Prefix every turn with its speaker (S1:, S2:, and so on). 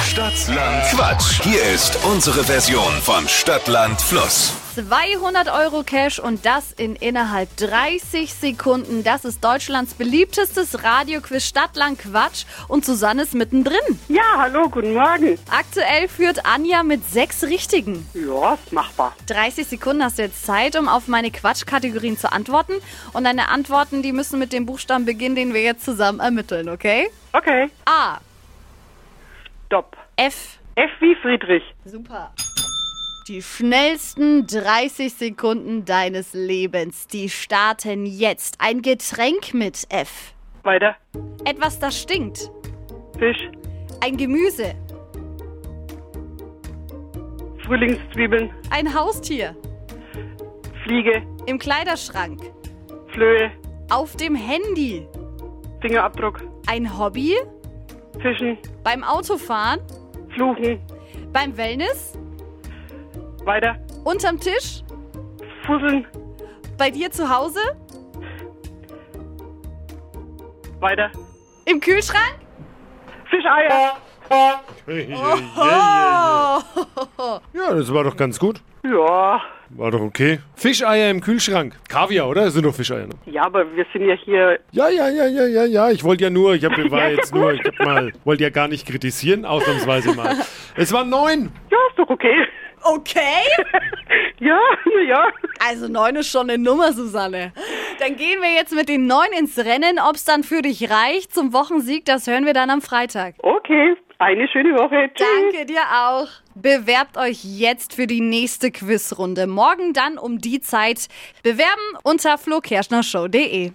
S1: Stadtland Quatsch. Hier ist unsere Version von Stadtland Fluss.
S2: 200 Euro Cash und das in innerhalb 30 Sekunden. Das ist Deutschlands beliebtestes Radioquiz Stadtland Quatsch und Susanne ist mittendrin.
S3: Ja, hallo, guten Morgen.
S2: Aktuell führt Anja mit sechs Richtigen.
S3: Ja, ist machbar.
S2: 30 Sekunden hast du jetzt Zeit, um auf meine Quatschkategorien zu antworten. Und deine Antworten, die müssen mit dem Buchstaben beginnen, den wir jetzt zusammen ermitteln, okay?
S3: Okay,
S2: A,
S3: stopp.
S2: F.
S3: F wie Friedrich.
S2: Super. Die schnellsten 30 Sekunden deines Lebens, die starten jetzt. Ein Getränk mit F.
S3: Weiter.
S2: Etwas, das stinkt.
S3: Fisch.
S2: Ein Gemüse.
S3: Frühlingszwiebeln.
S2: Ein Haustier.
S3: Fliege.
S2: Im Kleiderschrank.
S3: Flöhe.
S2: Auf dem Handy.
S3: Fingerabdruck.
S2: Ein Hobby.
S3: Fischen.
S2: Beim Autofahren.
S3: Fluchen.
S2: Beim Wellness.
S3: Weiter.
S2: Unterm Tisch.
S3: Fusseln.
S2: Bei dir zu Hause.
S3: Weiter.
S2: Im Kühlschrank.
S3: Fischeier.
S4: Ja, das war doch ganz gut.
S3: Ja.
S4: War doch okay. Fischeier im Kühlschrank. Kaviar, oder? Das sind doch Fischeier. Ne?
S3: Ja, aber wir sind ja hier.
S4: Ja, ja, ja, ja, ja, ja. Ich wollte ja nur, ich hab, war
S3: Ja, ja,
S4: jetzt nur, ich hab mal, wollte ja gar nicht kritisieren, ausnahmsweise mal. Es waren neun.
S3: Ja, ist doch okay.
S2: Okay.
S3: Ja, na ja.
S2: Also neun ist schon eine Nummer, Susanne. Dann gehen wir jetzt mit den neun ins Rennen. Ob es dann für dich reicht zum Wochensieg, das hören wir dann am Freitag.
S3: Okay, eine schöne Woche. Tschüss.
S2: Danke dir auch. Bewerbt euch jetzt für die nächste Quizrunde. Morgen dann um die Zeit. Bewerben unter flokerschnershow.de.